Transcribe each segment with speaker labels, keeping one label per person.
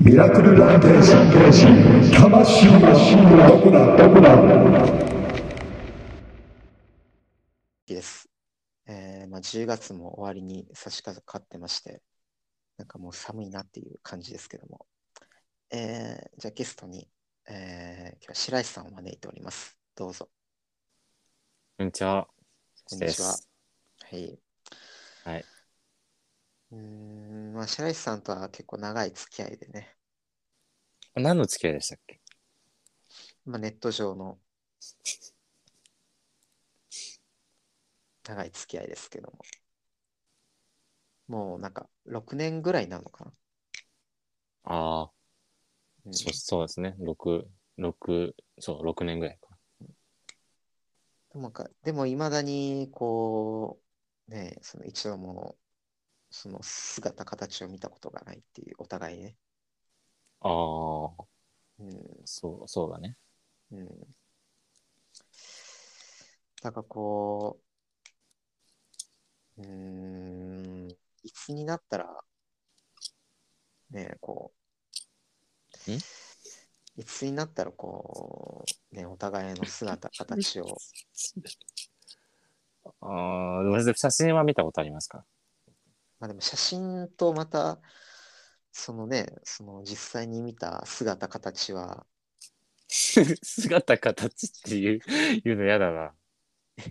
Speaker 1: ミラクルランテーション魂のどこだどこだ
Speaker 2: です。えー、まあ、10月も終わりに差し掛かってまして、なんかもう寒いなっていう感じですけども。えー、じゃあゲストに、えー、今日は白石さんを招いております。どうぞ。
Speaker 3: こんにちは。
Speaker 2: こんにちは。はい。
Speaker 3: はい。
Speaker 2: うん、まあ、白石さんとは結構長い付き合いでね。
Speaker 3: 何の付き合いでしたっけ
Speaker 2: まあ、ネット上の。長い付き合いですけども。もうなんか6年ぐらいなのかな。
Speaker 3: ああ、うん、そ、そうですね。6、6、そう、6年ぐらいか
Speaker 2: な。なんか、でもいまだにこう、ね、その一度も、その姿、形を見たことがないっていう、お互いね。
Speaker 3: ああ、
Speaker 2: うん、
Speaker 3: そう、そうだね。
Speaker 2: うん。だからこう、うん、いつになったら、ねえ、こ
Speaker 3: う、ん
Speaker 2: いつになったら、こう、ね、お互いの姿、形を。
Speaker 3: ああ、でも写真は見たことありますか
Speaker 2: まあでも写真とまた、そのね、その実際に見た姿、形は。
Speaker 3: 姿、形っていう言うの嫌だな。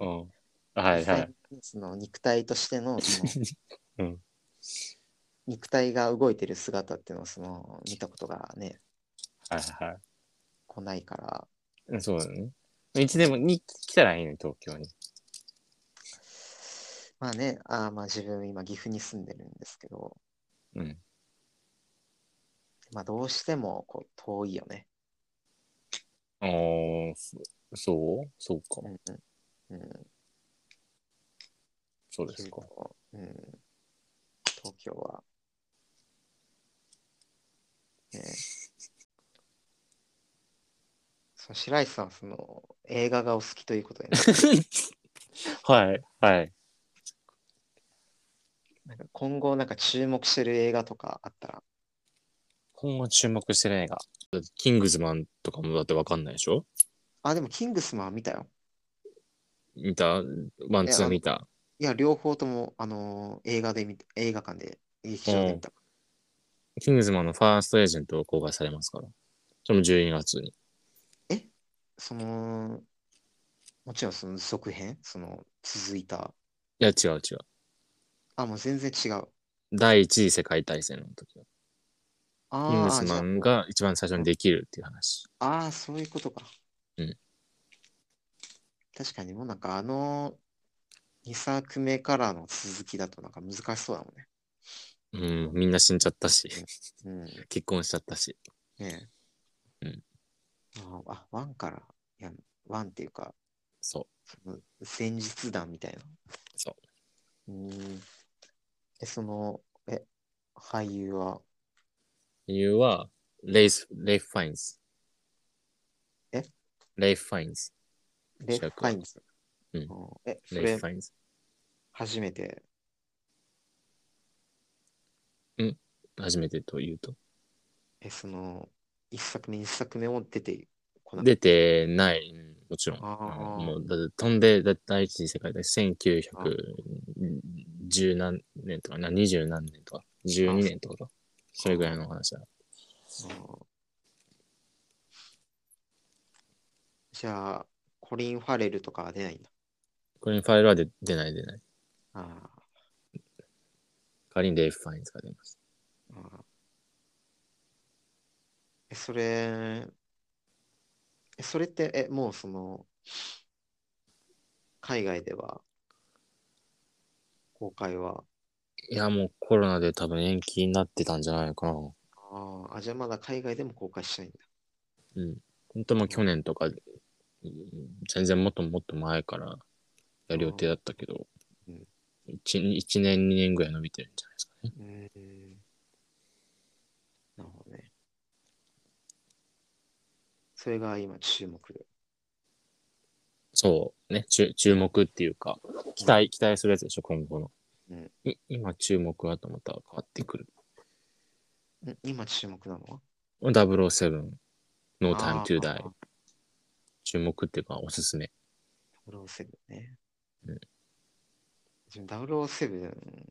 Speaker 3: うん。はいはい。
Speaker 2: その肉体としてのその、
Speaker 3: うん、
Speaker 2: 肉体が動いてる姿っていうのをその見たことがね、
Speaker 3: はいはい。。
Speaker 2: 来ないから
Speaker 3: そうだね。いつでもに来たらいいね、東京に。
Speaker 2: まあね、あまあ自分今岐阜に住んでるんですけど、
Speaker 3: うん。
Speaker 2: まあどうしてもこう遠いよね。
Speaker 3: ああ、そうそうか。
Speaker 2: うん、うん、うん
Speaker 3: そうですか。
Speaker 2: うん、東京は。ね、その白石さんはその映画がお好きということで、ね、
Speaker 3: はいはい。
Speaker 2: なんか今後なんか注目してる映画とかあったら
Speaker 3: 今後注目してる映画。キングズマンとかもだってわかんないでしょ
Speaker 2: あ、でもキングスマン見たよ。
Speaker 3: 見たワンツー見た。
Speaker 2: いや、両方とも、あのー、映画で見映画館で、劇場で見た。
Speaker 3: キングズマンのファーストエージェントを公開されますから。それも12月に。
Speaker 2: えその、もちろんその続編その、続いた。
Speaker 3: いや、違う違う。
Speaker 2: あ、もう全然違う。
Speaker 3: 第一次世界大戦の時
Speaker 2: は。
Speaker 3: キングズマンが一番最初にできるっていう話。
Speaker 2: ああ、そういうことか。
Speaker 3: うん。
Speaker 2: 確かにもうなんかあの2作目からの続きだとなんか難しそうだも
Speaker 3: んね。うん、みんな死んじゃったし、
Speaker 2: うん、
Speaker 3: 結婚しちゃったし。
Speaker 2: ね
Speaker 3: え。うん。
Speaker 2: あ、あワンから、いや、ワンっていうか、。
Speaker 3: そう
Speaker 2: の前日談みたいな。。
Speaker 3: そう
Speaker 2: うん。え、その、え、俳優は
Speaker 3: 俳優は、レイス、レイフ・ファインズ。
Speaker 2: え
Speaker 3: レイフ・ファインズ。
Speaker 2: レイフ・ファインズ。
Speaker 3: うん、
Speaker 2: え、それ、初めて。
Speaker 3: うん、初めてというと。
Speaker 2: え、その、一作目、一作目も出てこ
Speaker 3: ない出てない、もちろん。もうだ飛んで、第一次世界大戦、1910何年とかな、20何年とか、12年とかそれぐらいの話だ。
Speaker 2: じゃあ、コリン・ファレルとかは出ないんだ。
Speaker 3: コリン・ファイルは出ない出ない。
Speaker 2: ああ。
Speaker 3: 仮にレイフ・ファインズが出ます。
Speaker 2: ああ。え、それ、え、それって、え、もうその、海外では、公開は。
Speaker 3: いや、もうコロナで多分延期になってたんじゃないかな。
Speaker 2: ああ、じゃあまだ海外でも公開しないんだ。
Speaker 3: うん。本当もう去年とか、全然もっともっと前からやる予定だったけど、
Speaker 2: うん、
Speaker 3: 1, 1年、2年ぐらい伸びてるんじゃない
Speaker 2: ですかね。なるほどね。それが今、注目で。
Speaker 3: そうね、注注目っていうか、期待、うん、期待するやつでしょ、今後の。
Speaker 2: うん、
Speaker 3: 今、注目はとまた変わってくる。
Speaker 2: ん今注目なのは
Speaker 3: 007、No Time to
Speaker 2: あ
Speaker 3: Die
Speaker 2: ー。
Speaker 3: 注目っていうか、おすすめ。
Speaker 2: 007ね。
Speaker 3: うん
Speaker 2: 自分007、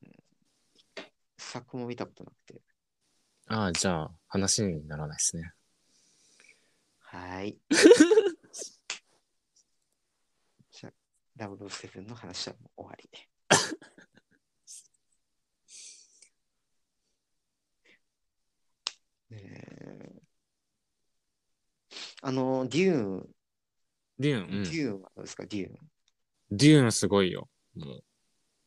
Speaker 2: 一作も見たことなくて。
Speaker 3: ああ、じゃあ、話にならないですね。
Speaker 2: はー い。じゃあ、007の話はもう終 わり。ねえあの、デューン、
Speaker 3: デューン、う
Speaker 2: デ
Speaker 3: ん。
Speaker 2: ューンはどうですか、デューン。
Speaker 3: デューンすごいよ。もう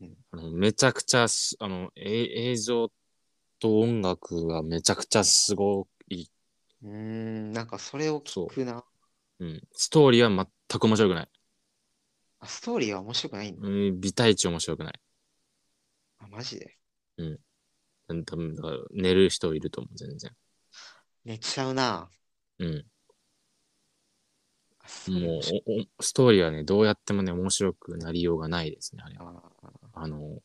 Speaker 2: うん。
Speaker 3: あのめちゃくちゃす、あの、え映像と音楽がめちゃくちゃすごい。
Speaker 2: うーん、なんかそれを聞くな。
Speaker 3: うん。ストーリーは全く面白くない。
Speaker 2: あ、ストーリーは面白くないんだ。
Speaker 3: うん、美大値面白くない。
Speaker 2: あ、マジで。
Speaker 3: うん多分、だから寝る人いると思う、全然。
Speaker 2: 寝ちゃうな。
Speaker 3: うん。
Speaker 2: あそう
Speaker 3: もうおおストーリーはね、どうやってもね、面白くなりようがないですね、あれは。
Speaker 2: あー
Speaker 3: あの、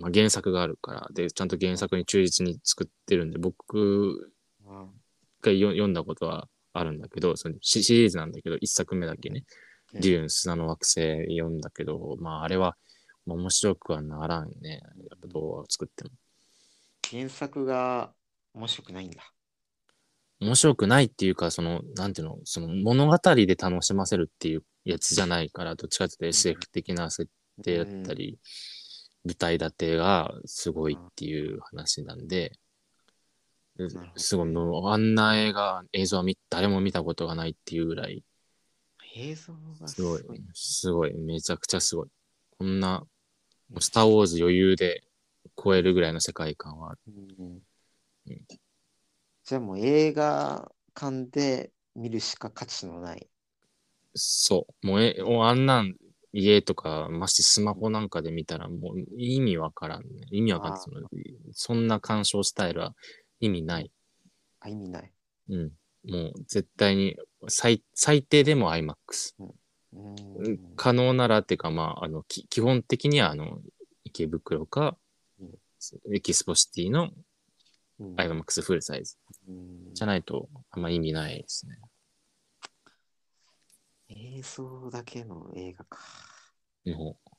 Speaker 3: まあ、原作があるから、で、ちゃんと原作に忠実に作ってるんで、僕
Speaker 2: あ
Speaker 3: がよ読んだことはあるんだけど、そのシシリーズなんだけど、一作目だけね、
Speaker 2: うん
Speaker 3: デューン、砂の惑星読んだけど、まあ、あれは、まあ面白くはならんね。やっぱ動画を作っても。
Speaker 2: 原作が面白くないんだ。
Speaker 3: 面白くないっていうか、その、なんていうの、その物語で楽しませるっていうやつじゃないから、どっちかというと SF 的な設定だったり、舞台立てがすごいっていう話なんで、で
Speaker 2: なるほど
Speaker 3: すごい、もうあんな映画、映像は見誰も見たことがないっていうぐらい、
Speaker 2: 映像が
Speaker 3: す
Speaker 2: す
Speaker 3: ご
Speaker 2: ご
Speaker 3: い
Speaker 2: い。、
Speaker 3: すごい、めちゃくちゃすごい。こんな、もうスター・ウォーズ余裕で超えるぐらいの世界観はある。
Speaker 2: うん
Speaker 3: うん
Speaker 2: じゃあもう映画館で見るしか価値のない。
Speaker 3: そう。もうえ、おあんなん家とか、ましてスマホなんかで見たら、もう意味わからんね。意味わかんな
Speaker 2: あ
Speaker 3: い。
Speaker 2: ー
Speaker 3: そのそんな鑑賞スタイルは意味ない。
Speaker 2: あ、意味ない。
Speaker 3: うん。もう絶対に最、最低でも IMAX。
Speaker 2: うん。
Speaker 3: 可能ならっていうか、まあ、あの、き基本的には、あの、池袋か
Speaker 2: うん、
Speaker 3: エキスポシティの
Speaker 2: うん、
Speaker 3: IMAX フルサイズ。
Speaker 2: うん
Speaker 3: じゃないと、あんま意味ないですね。
Speaker 2: 映像だけの映画か。
Speaker 3: もう、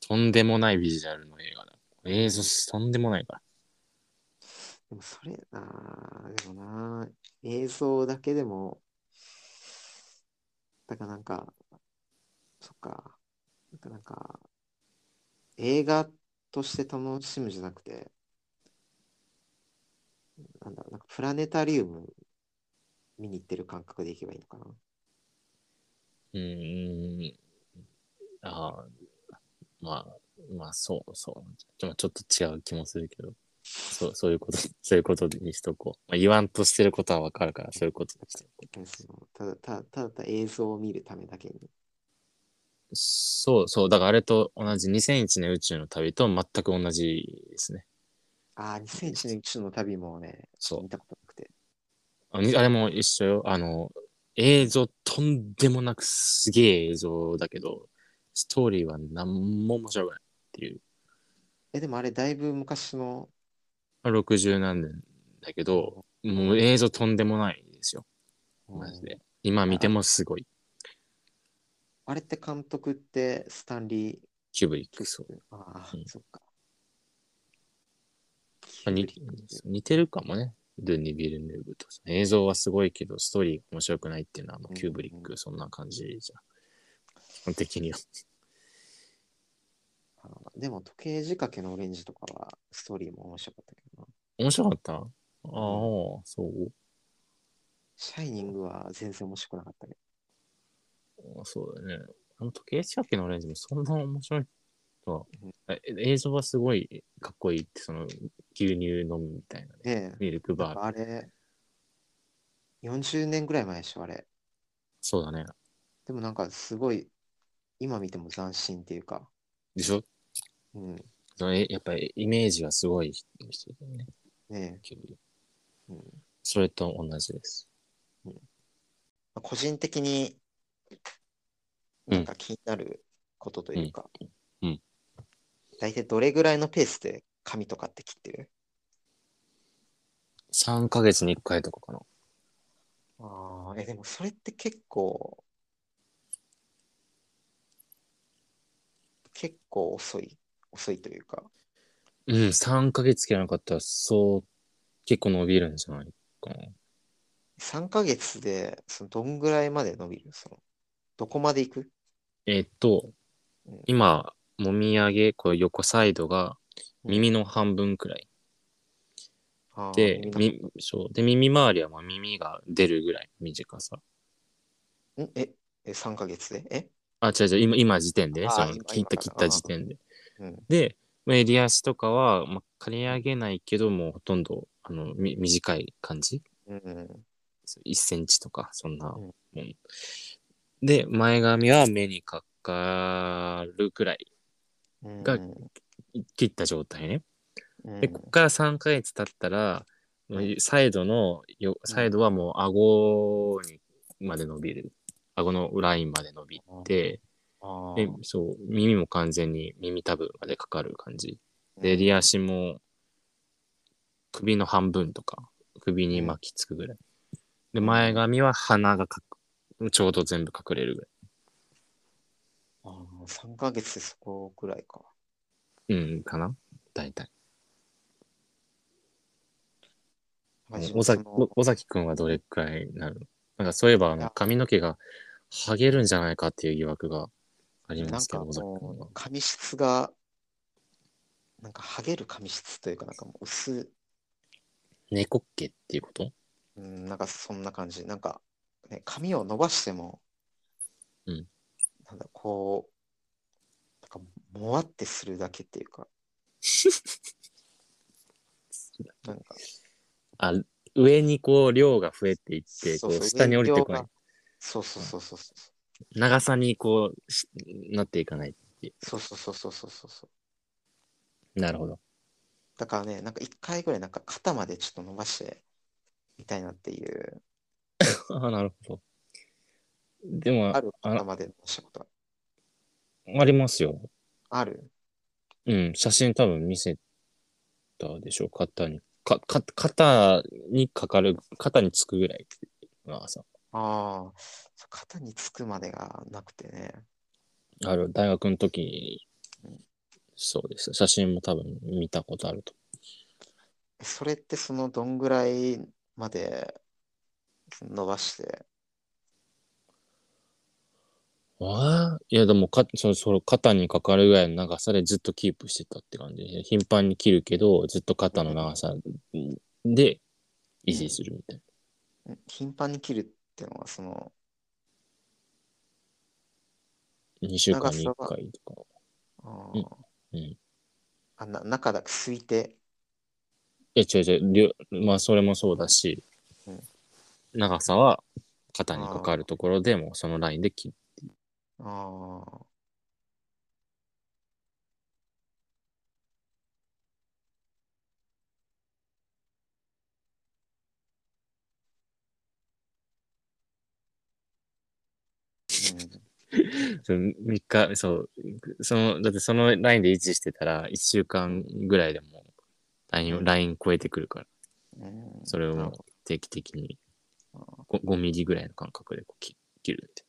Speaker 3: とんでもないビジュアルの映画だ。映像、とんでもないから。
Speaker 2: でもそれなあ、でもなあ、映像だけでも、だからなんか、そっか、だからなんか、映画として楽しむじゃなくて、なんだろう、なんかプラネタリウム見に行ってる感覚で行けばいいのかな。
Speaker 3: うーん。ああ、まあ、まあ、そう、そう。ちょちょっと違う気もするけど、そう、そういうこと、 そういうことにしとこう。まあ、言わんとしてることはわかるから、そういうことにして
Speaker 2: うんそのただただただただ映像を見るためだけに。
Speaker 3: そう、そう。だからあれと同じ、2001年宇宙の旅と全く同じですね。
Speaker 2: ああ、2001年宇宙の旅もね、
Speaker 3: そう
Speaker 2: 見たことなくて。
Speaker 3: あにあれも一緒よ。あの、映像とんでもなくすげえ映像だけど、ストーリーは何も面白くないっていう。
Speaker 2: え、でもあれだいぶ昔の、
Speaker 3: まあ60何年だけど、もう映像とんでもないですよ。マジで。今見てもすごい。
Speaker 2: あれって監督ってスタンリー・
Speaker 3: キューブリッ
Speaker 2: キュ
Speaker 3: ク。
Speaker 2: ー
Speaker 3: そう。
Speaker 2: ブリックああ、
Speaker 3: うん
Speaker 2: そっか。
Speaker 3: まあに
Speaker 2: キューブリック
Speaker 3: 似てるかもね。ドゥンニ・ビルヌーブと。映像はすごいけど、ストーリーが面白くないっていうのは、もうキューブリッ
Speaker 2: う
Speaker 3: ク、そんな感じじゃん。基本的には。
Speaker 2: あーでも時計仕掛けのオレンジとかはストーリーも面白かったけどな。
Speaker 3: 面白かったああ、そう。
Speaker 2: シャイニングは全然面白くなかったけど。
Speaker 3: そうだね。あの時計仕掛けのオレンジもそんな面白いとは
Speaker 2: うん。
Speaker 3: え映像はすごいかっこいいって、その牛乳飲むみたいなね。
Speaker 2: ねえ
Speaker 3: ミルクバー。
Speaker 2: あれ、40年ぐらい前でしょ、あれ。
Speaker 3: そうだね。
Speaker 2: でもなんかすごい、今見ても斬新っていうか。
Speaker 3: でしょ
Speaker 2: うん。ね
Speaker 3: そのえやっぱりイメージはすごい人だよね。
Speaker 2: え
Speaker 3: キューブリック
Speaker 2: うん
Speaker 3: それと同じです。
Speaker 2: 個人的に
Speaker 3: うん
Speaker 2: なんか気になることというか、
Speaker 3: うんうん
Speaker 2: 大体どれぐらいのペースで髪とかって切ってる
Speaker 3: 3ヶ月に1回とかかな。
Speaker 2: ああ、え、でもそれって結構、結構遅い、遅いというか、
Speaker 3: うん、3ヶ月切らなかったら、そう、結構伸びるんじゃないかな。
Speaker 2: 3ヶ月で、そのどんぐらいまで伸びるその、どこまでいく
Speaker 3: えーっと
Speaker 2: うん、
Speaker 3: 今、もみあげ、こう横サイドが耳の半分くらい。
Speaker 2: あー
Speaker 3: で、
Speaker 2: みん
Speaker 3: みそうで耳周りはもう耳が出るぐらい、短さ。
Speaker 2: なんえ、え、3ヶ月でえ
Speaker 3: あ、違う違う、今、今時点でね、
Speaker 2: あー
Speaker 3: その
Speaker 2: 今
Speaker 3: 切っ
Speaker 2: 今か
Speaker 3: た
Speaker 2: ら
Speaker 3: 切った時点で。
Speaker 2: うん。
Speaker 3: で、まあ襟足とかは、まあ、刈り上げないけど、もうほとんど、あの、み短い感じ。
Speaker 2: うん。
Speaker 3: 1センチとか、そんな
Speaker 2: うん
Speaker 3: もん。で、前髪は目にかかるくらい
Speaker 2: うん。
Speaker 3: が切った状態ね。
Speaker 2: うん
Speaker 3: で、ここから3ヶ月経ったら、
Speaker 2: うん
Speaker 3: サイドのよ、サイドはもう顎にまで伸びる。顎のラインまで伸びて、
Speaker 2: あ
Speaker 3: で
Speaker 2: ー、
Speaker 3: そう、耳も完全に耳たぶまでかかる感じ。
Speaker 2: うん
Speaker 3: で、襟足も首の半分とか、首に巻きつくぐらい。で、前髪は鼻がかくちょうど全部隠れるぐらい。
Speaker 2: あー3ヶ月でそこくらいか。
Speaker 3: うん、かな大体。
Speaker 2: まあ自分
Speaker 3: 尾崎
Speaker 2: その
Speaker 3: お尾崎くんはどれくらいになるのなんかそういえばあ
Speaker 2: い
Speaker 3: の
Speaker 2: や
Speaker 3: 髪の毛が剥げるんじゃないかっていう疑惑があり
Speaker 2: な
Speaker 3: ま
Speaker 2: ん
Speaker 3: す
Speaker 2: か
Speaker 3: けど、尾崎くん
Speaker 2: も
Speaker 3: は
Speaker 2: う、。髪質が、なんか、ハゲる髪質というか、なんかもう薄、
Speaker 3: 猫っ毛っていうこと
Speaker 2: うん、なんかそんな感じ。なんか、ね、髪を伸ばしても、
Speaker 3: うん
Speaker 2: なんだ、こう、なんか、もわってするだけっていうか、なんか、
Speaker 3: あ、上にこう量が増えていって、こ
Speaker 2: そう
Speaker 3: う
Speaker 2: そう
Speaker 3: 下に降りてこない
Speaker 2: 上。そうそうそうそうそう。
Speaker 3: 長さにこうしなっていかない。
Speaker 2: そうそうそうそうそうそうそう。
Speaker 3: なるほど。
Speaker 2: だからね、なんか一回ぐらいなんか肩までちょっと伸ばしてみたいなっていう、
Speaker 3: あなるほど。でも、
Speaker 2: あ
Speaker 3: あ
Speaker 2: る肩まで伸ばしたこと
Speaker 3: りますよ。
Speaker 2: ある。
Speaker 3: うん、写真多分見せたでしょ、肩に。か、か、肩にかかる、肩につくぐらいがさ、
Speaker 2: ああ、そう肩につくまでがなくてね。
Speaker 3: ある、大学の時
Speaker 2: うん
Speaker 3: そうです。写真も多分見たことあると。
Speaker 2: それってそのどんぐらいまで伸ばして、
Speaker 3: わあ、いや、でも、か、その、その、肩にかかるぐらいの長さでずっとキープしてたって感じで、頻繁に切るけど、ずっと肩の長さで維持するみたいな。
Speaker 2: ん頻繁に切るっていうのはその、
Speaker 3: 2週間に1
Speaker 2: 長さは
Speaker 3: 回とか。
Speaker 2: あ
Speaker 3: う
Speaker 2: ー
Speaker 3: んうん。
Speaker 2: あな中だけすいて、
Speaker 3: え、違う違うりょ、まあ、それもそうだし、
Speaker 2: うん
Speaker 3: 長さは肩にかかるところでも、そのラインで切る。
Speaker 2: ああ、
Speaker 3: 3日、そう、その、だってそのラインで維持してたら、1週間ぐらいでも、ラインを、ライン超えてくるから、
Speaker 2: うん、うん
Speaker 3: それ
Speaker 2: なる
Speaker 3: を
Speaker 2: ほ
Speaker 3: 定期的に
Speaker 2: どな
Speaker 3: 5、5ミリぐらいの間隔でこう切切るって。